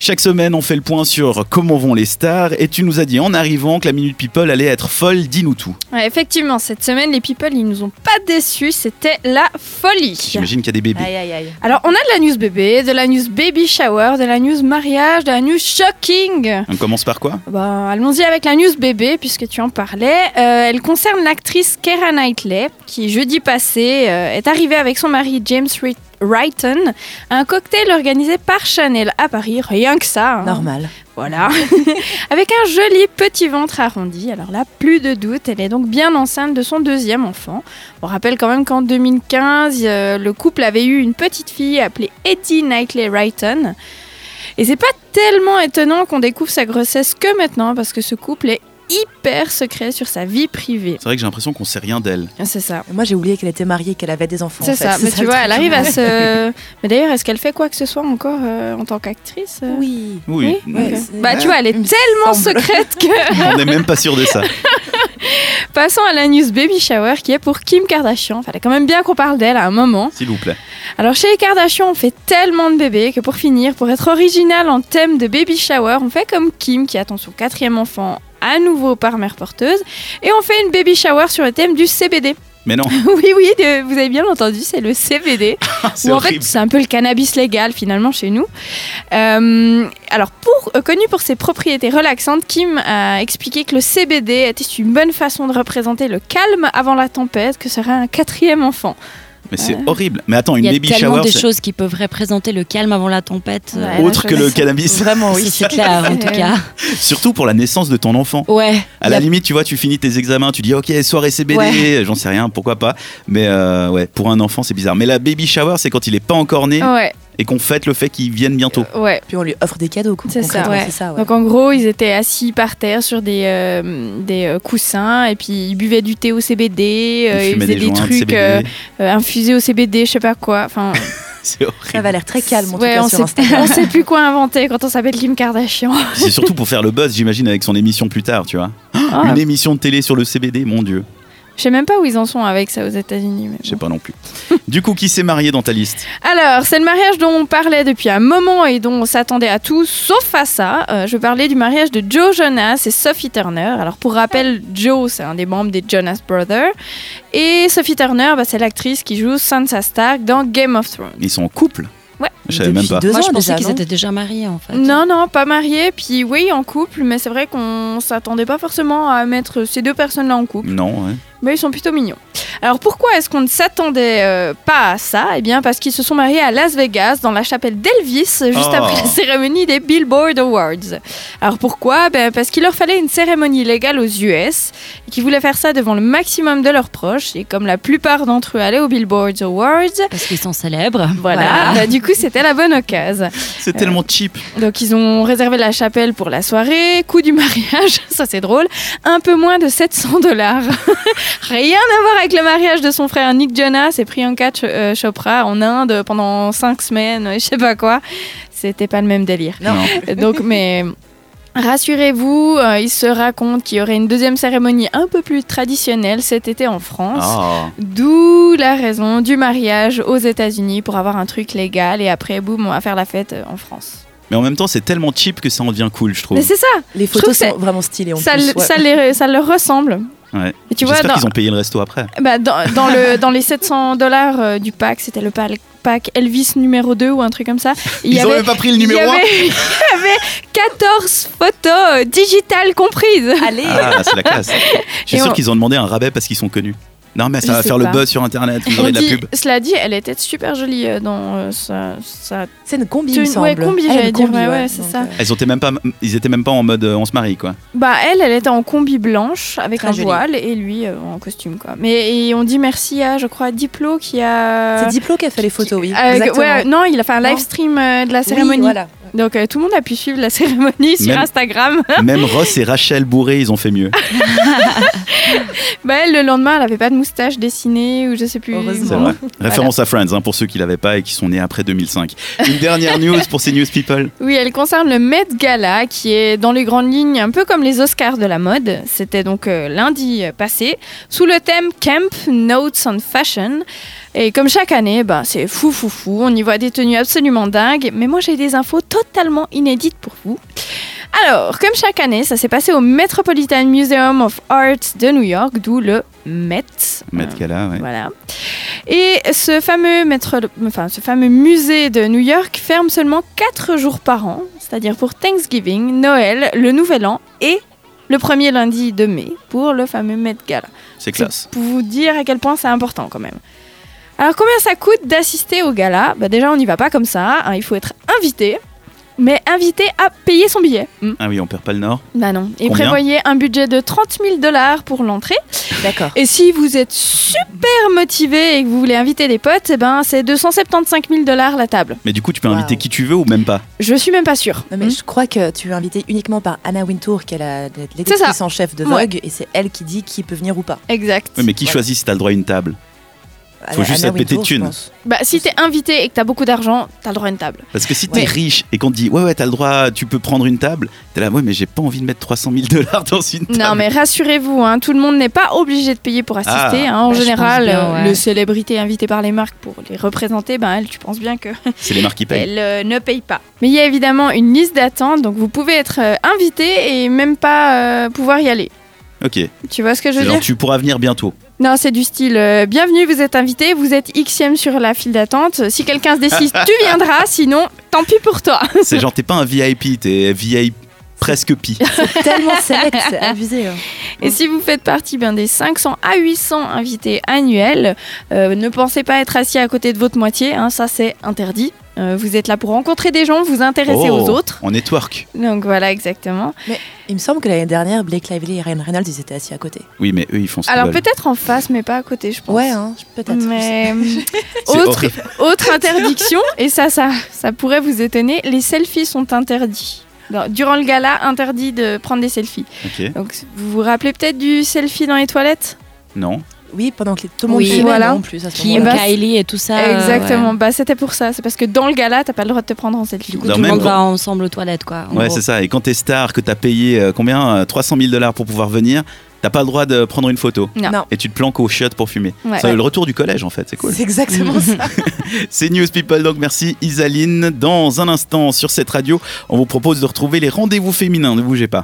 Chaque semaine, on fait le point sur comment vont les stars et tu nous as dit en arrivant que la Minute People allait être folle, dis-nous tout. Ouais, effectivement, cette semaine, les people, ils nous ont pas déçus. C'était la folie. J'imagine qu'il y a des bébés. Aïe, aïe, aïe. Alors, on a de la news bébé, de la news baby shower, de la news mariage, de la news shocking. On commence par quoi Bah, allons-y avec la news bébé, puisque tu en parlais. Euh, elle concerne l'actrice Keira Knightley, qui jeudi passé euh, est arrivée avec son mari James Wright- Wrighton à un cocktail organisé par Chanel à Paris, rien que ça. hein. Normal. Voilà. Avec un joli petit ventre arrondi. Alors là, plus de doute, elle est donc bien enceinte de son deuxième enfant. On rappelle quand même qu'en 2015, euh, le couple avait eu une petite fille appelée Eddie Knightley Wrighton. Et c'est pas tellement étonnant qu'on découvre sa grossesse que maintenant, parce que ce couple est hyper secret sur sa vie privée. C'est vrai que j'ai l'impression qu'on sait rien d'elle. C'est ça. Moi, j'ai oublié qu'elle était mariée, qu'elle avait des enfants. en C'est fait. ça, mais tu le vois, truc. elle arrive à se. Mais d'ailleurs, est-ce qu'elle fait quoi que ce soit encore euh, en tant qu'actrice euh Oui. Oui. Oui, ouais, Ok. c'est- Bah, tu vois, elle est Il me tellement semble. secrète que. On n'est même pas sûr de ça. Passons à la news Baby Shower qui est pour Kim Kardashian. Fallait quand même bien qu'on parle d'elle à un moment. S'il vous plaît. Alors chez les Kardashian, on fait tellement de bébés que pour finir, pour être original en thème de Baby Shower, on fait comme Kim qui attend son quatrième enfant à nouveau par mère porteuse et on fait une Baby Shower sur le thème du CBD. Mais non, oui, oui, de- vous avez bien entendu, c'est le CBD. c'est Ou en fait, horrible. c'est un peu le cannabis légal finalement chez nous. Euh, alors, pour, euh, connu pour ses propriétés relaxantes, Kim a expliqué que le CBD était une bonne façon de représenter le calme avant la tempête, que serait un quatrième enfant. Mais c'est horrible. Mais attends, Il une y a baby tellement shower, de c'est choses qui peuvent représenter le calme avant la tempête. Ouais, euh, là, autre je que sais. le cannabis. Vraiment, oui. si c'est clair, en tout Ouais. cas. Surtout pour la naissance de ton enfant. Ouais. À la limite, tu vois, tu finis tes examens, tu dis ok, soirée CBD, Ouais. j'en sais rien, pourquoi pas. Mais euh, ouais, pour un enfant, c'est bizarre. Mais la baby shower, c'est quand il est pas encore né Ouais, et qu'on fête le fait qu'il vienne bientôt. ouais. Puis on lui offre des cadeaux. quoi. C'est ça, Concrètement, ouais. C'est ça, ouais. Donc en gros, ils étaient assis par terre sur des, euh, des euh, coussins et puis ils buvaient du thé au CBD, euh, il ils fumait faisaient des, joints de trucs CBD. euh, euh, infusés au CBD, je sais pas quoi. Enfin, C'est Ah, Ça va horrible. l'air très calme, en ouais, tout cas, on, sur sait, Instagram. on sait plus quoi inventer quand on s'appelle Kim Kardashian. C'est surtout pour faire le buzz, j'imagine, avec son émission plus tard, tu vois. Ah, Une émission de télé sur le CBD, mon dieu. Je sais même pas où ils en sont avec ça aux États-Unis. mais Je sais bon. pas non plus. Du coup, qui s'est marié dans ta liste Alors, c'est le mariage dont on parlait depuis un moment et dont on s'attendait à tout, sauf à ça. Euh, je parlais du mariage de Joe Jonas et Sophie Turner. Alors, pour rappel, Joe, c'est un des membres des Jonas Brothers. Et Sophie Turner, bah, c'est l'actrice qui joue Sansa Stark dans Game of Thrones. Ils sont en couple Ouais. Je savais même Depuis pas. deux Moi, ans je pensais déjà, qu'ils non étaient déjà mariés, en fait. Non, non, pas mariés. Puis oui, en couple, mais c'est vrai qu'on s'attendait pas forcément à mettre ces deux personnes-là en couple. Non, ouais. Mais ils sont plutôt mignons. Alors pourquoi est-ce qu'on ne s'attendait euh, pas à ça Eh bien parce qu'ils se sont mariés à Las Vegas dans la chapelle d'Elvis juste Oh. après la cérémonie des Billboard Awards. Alors pourquoi ben, Parce qu'il leur fallait une cérémonie légale aux US et qu'ils voulaient faire ça devant le maximum de leurs proches. Et comme la plupart d'entre eux allaient aux Billboard Awards, Parce qu'ils sont célèbres. voilà, bah, du coup c'était la bonne occasion. C'est Euh, tellement cheap. Donc ils ont réservé la chapelle pour la soirée, coût du mariage, ça c'est drôle, un peu moins de 700 dollars. Rien à voir avec le mariage de son frère Nick Jonas et Priyanka Ch- euh, Chopra en Inde pendant 5 semaines, euh, je sais pas quoi. C'était pas le même délire. Non. Non. Donc mais rassurez-vous, euh, il se raconte qu'il y aurait une deuxième cérémonie un peu plus traditionnelle cet été en France. Ah. D'où la raison du mariage aux États-Unis pour avoir un truc légal et après boum on va faire la fête euh, en France. Mais en même temps, c'est tellement cheap que ça en devient cool, je trouve. Mais c'est ça Les trouve photos que sont vraiment stylées. en ça, plus, le- ouais. ça, les- ça leur ressemble. Ouais. Et tu vois, J'espère dans, qu'ils ont payé le resto après. bah, dans, dans le, dans les 700 dollars euh, du pack, c'était le pal- pack Elvis numéro 2 ou un truc comme ça. Il y Ils ont avait- même pas pris le il y numéro 1 avait- il y avait 14 photos euh, digitales comprises. Allez Ah, c'est la classe. Je suis Et sûr on- qu'ils ont demandé un rabais parce qu'ils sont connus. Non, mais ça Je va sais faire le pas. buzz sur internet, vous On aurez de la dit- pub. Cela dit, elle était super jolie euh, dans euh, sa, sa- C'est une combi, il Une- me semble. ouais, combi, Ah, une j'allais dire, combi, ouais, ouais, c'est Donc, ça. euh, Elles étaient même pas, ils étaient même pas en mode euh, on se marie quoi. Bah elle, elle était en combi blanche avec Très un jolie. voile et lui euh, en costume quoi. Mais et on dit merci à, je crois, Diplo qui a. C'est Diplo qui a fait les photos, oui. Euh, que- Exactement. ouais, non, il a fait un Non. live stream euh, de la Oui, cérémonie. voilà. Donc euh, tout le monde a pu suivre la cérémonie sur Même- Instagram. Même Ross et Rachel bourrés, ils ont fait mieux. bah, elle, le lendemain, elle avait pas de moustache dessinée ou je sais plus. Heureusement. C'est vrai. Référence à Friends hein, pour ceux qui l'avaient pas et qui sont nés après 2005. Une dernière news pour ces news people. Oui, elle concerne le Met Gala qui est dans les grandes lignes un peu comme les Oscars de la mode. C'était donc euh, lundi euh, passé sous le thème Camp Notes on Fashion. Et comme chaque année, ben, c'est fou, fou, fou. On y voit des tenues absolument dingues. Mais moi, j'ai des infos totalement inédites pour vous. Alors, comme chaque année, ça s'est passé au Metropolitan Museum of Art de New York, d'où le Met. Met Gala, ouais. Voilà. Et ce fameux, maître, enfin, ce fameux musée de New York ferme seulement 4 jours par an, c'est-à-dire pour Thanksgiving, Noël, le Nouvel An et le premier lundi de mai pour le fameux Met Gala. C'est classe. C'est Pour vous dire à quel point c'est important quand même. Alors combien ça coûte d'assister au gala bah, Déjà on n'y va pas comme ça, hein, il faut être invité, mais invité à payer son billet. Hmm. Ah oui, on perd pas le nord. Bah non. Et Combien prévoyez un budget de 30 000 dollars pour l'entrée. D'accord. Et si vous êtes super motivé et que vous voulez inviter des potes, eh ben c'est 275 000 dollars la table. Mais du coup, tu peux Waouh. inviter qui tu veux ou même pas. Je suis même pas sûre. Non, mais je crois que tu es invité uniquement par Anna Wintour, qui est la- la- l'éditrice en chef de Ouais. Vogue, et c'est elle qui dit qui peut venir ou pas. Exact. Oui, mais qui Ouais. choisit si t'as le droit à une table Faut Anna- juste Anna être pété de Wintour, je thunes. pense. Bah si t'es invité et que t'as beaucoup d'argent, t'as le droit à une table. Parce que si t'es Ouais. riche et qu'on te dit ouais ouais t'as le droit, tu peux prendre une table, t'es là ouais mais j'ai pas envie de mettre 300 000 dollars dans une table. Non mais rassurez-vous, hein, tout le monde n'est pas obligé de payer pour assister. Ah. hein. en Bah, je pense général, bien, euh, ouais. les célébrités invitées par les marques pour les représenter, ben elles, tu penses bien que C'est les marques qui payent. Elle euh, ne paye pas. Mais il y a évidemment une liste d'attente, donc vous pouvez être euh, invité et même pas euh, pouvoir y aller. Ok. Tu vois ce que je C'est veux genre dire tu pourras venir bientôt. Non, c'est du style euh, bienvenue, vous êtes invité, vous êtes Xème sur la file d'attente. Si quelqu'un se décide, tu viendras, sinon tant pis pour toi. C'est genre t'es pas un VIP, t'es VIP presque pi. C'est tellement select, c'est abusé. hein. Et si vous faites partie ben, des 500 à 800 invités annuels, euh, ne pensez pas être assis à côté de votre moitié, hein, ça c'est interdit. Euh, vous êtes là pour rencontrer des gens, vous intéresser aux Oh, autres. On est twerk. Donc voilà, exactement. Il me semble que l'année dernière, Blake Lively et Ryan Reynolds, ils étaient assis à côté. Oui mais eux ils font ce Alors qu'ils veulent. peut-être en face, mais pas à côté, je pense. Ouais, hein, je- peut-être. Mais C'est autre, horrible. autre interdiction, et ça, ça, ça pourrait vous étonner, les selfies sont interdits. Non, durant le gala, interdit de prendre des selfies. Ok. Donc, vous vous rappelez peut-être du selfie dans les toilettes Non. Oui, pendant que les- tout le monde Oui, fumait, voilà. non, en plus à ce Kim, bah, moment-là. c'est- Kylie et tout ça. euh, Exactement, ouais. bah c'était pour ça. C'est parce que dans le gala, t'as pas le droit de te prendre en selfie. Du coup, Non, tout le même monde quand- va ensemble aux toilettes, quoi. en Ouais gros. c'est ça. Et quand t'es star, que t'as payé euh, combien euh, 300 000 dollars pour pouvoir venir, t'as pas le droit de prendre une photo. Non. Non. Et tu te planques au chiottes pour fumer. Ouais. C'est le retour du collège en fait, c'est cool. C'est exactement ça. C'est News People, donc merci Isaline. Dans un instant sur cette radio, on vous propose de retrouver les rendez-vous féminins, ne bougez pas.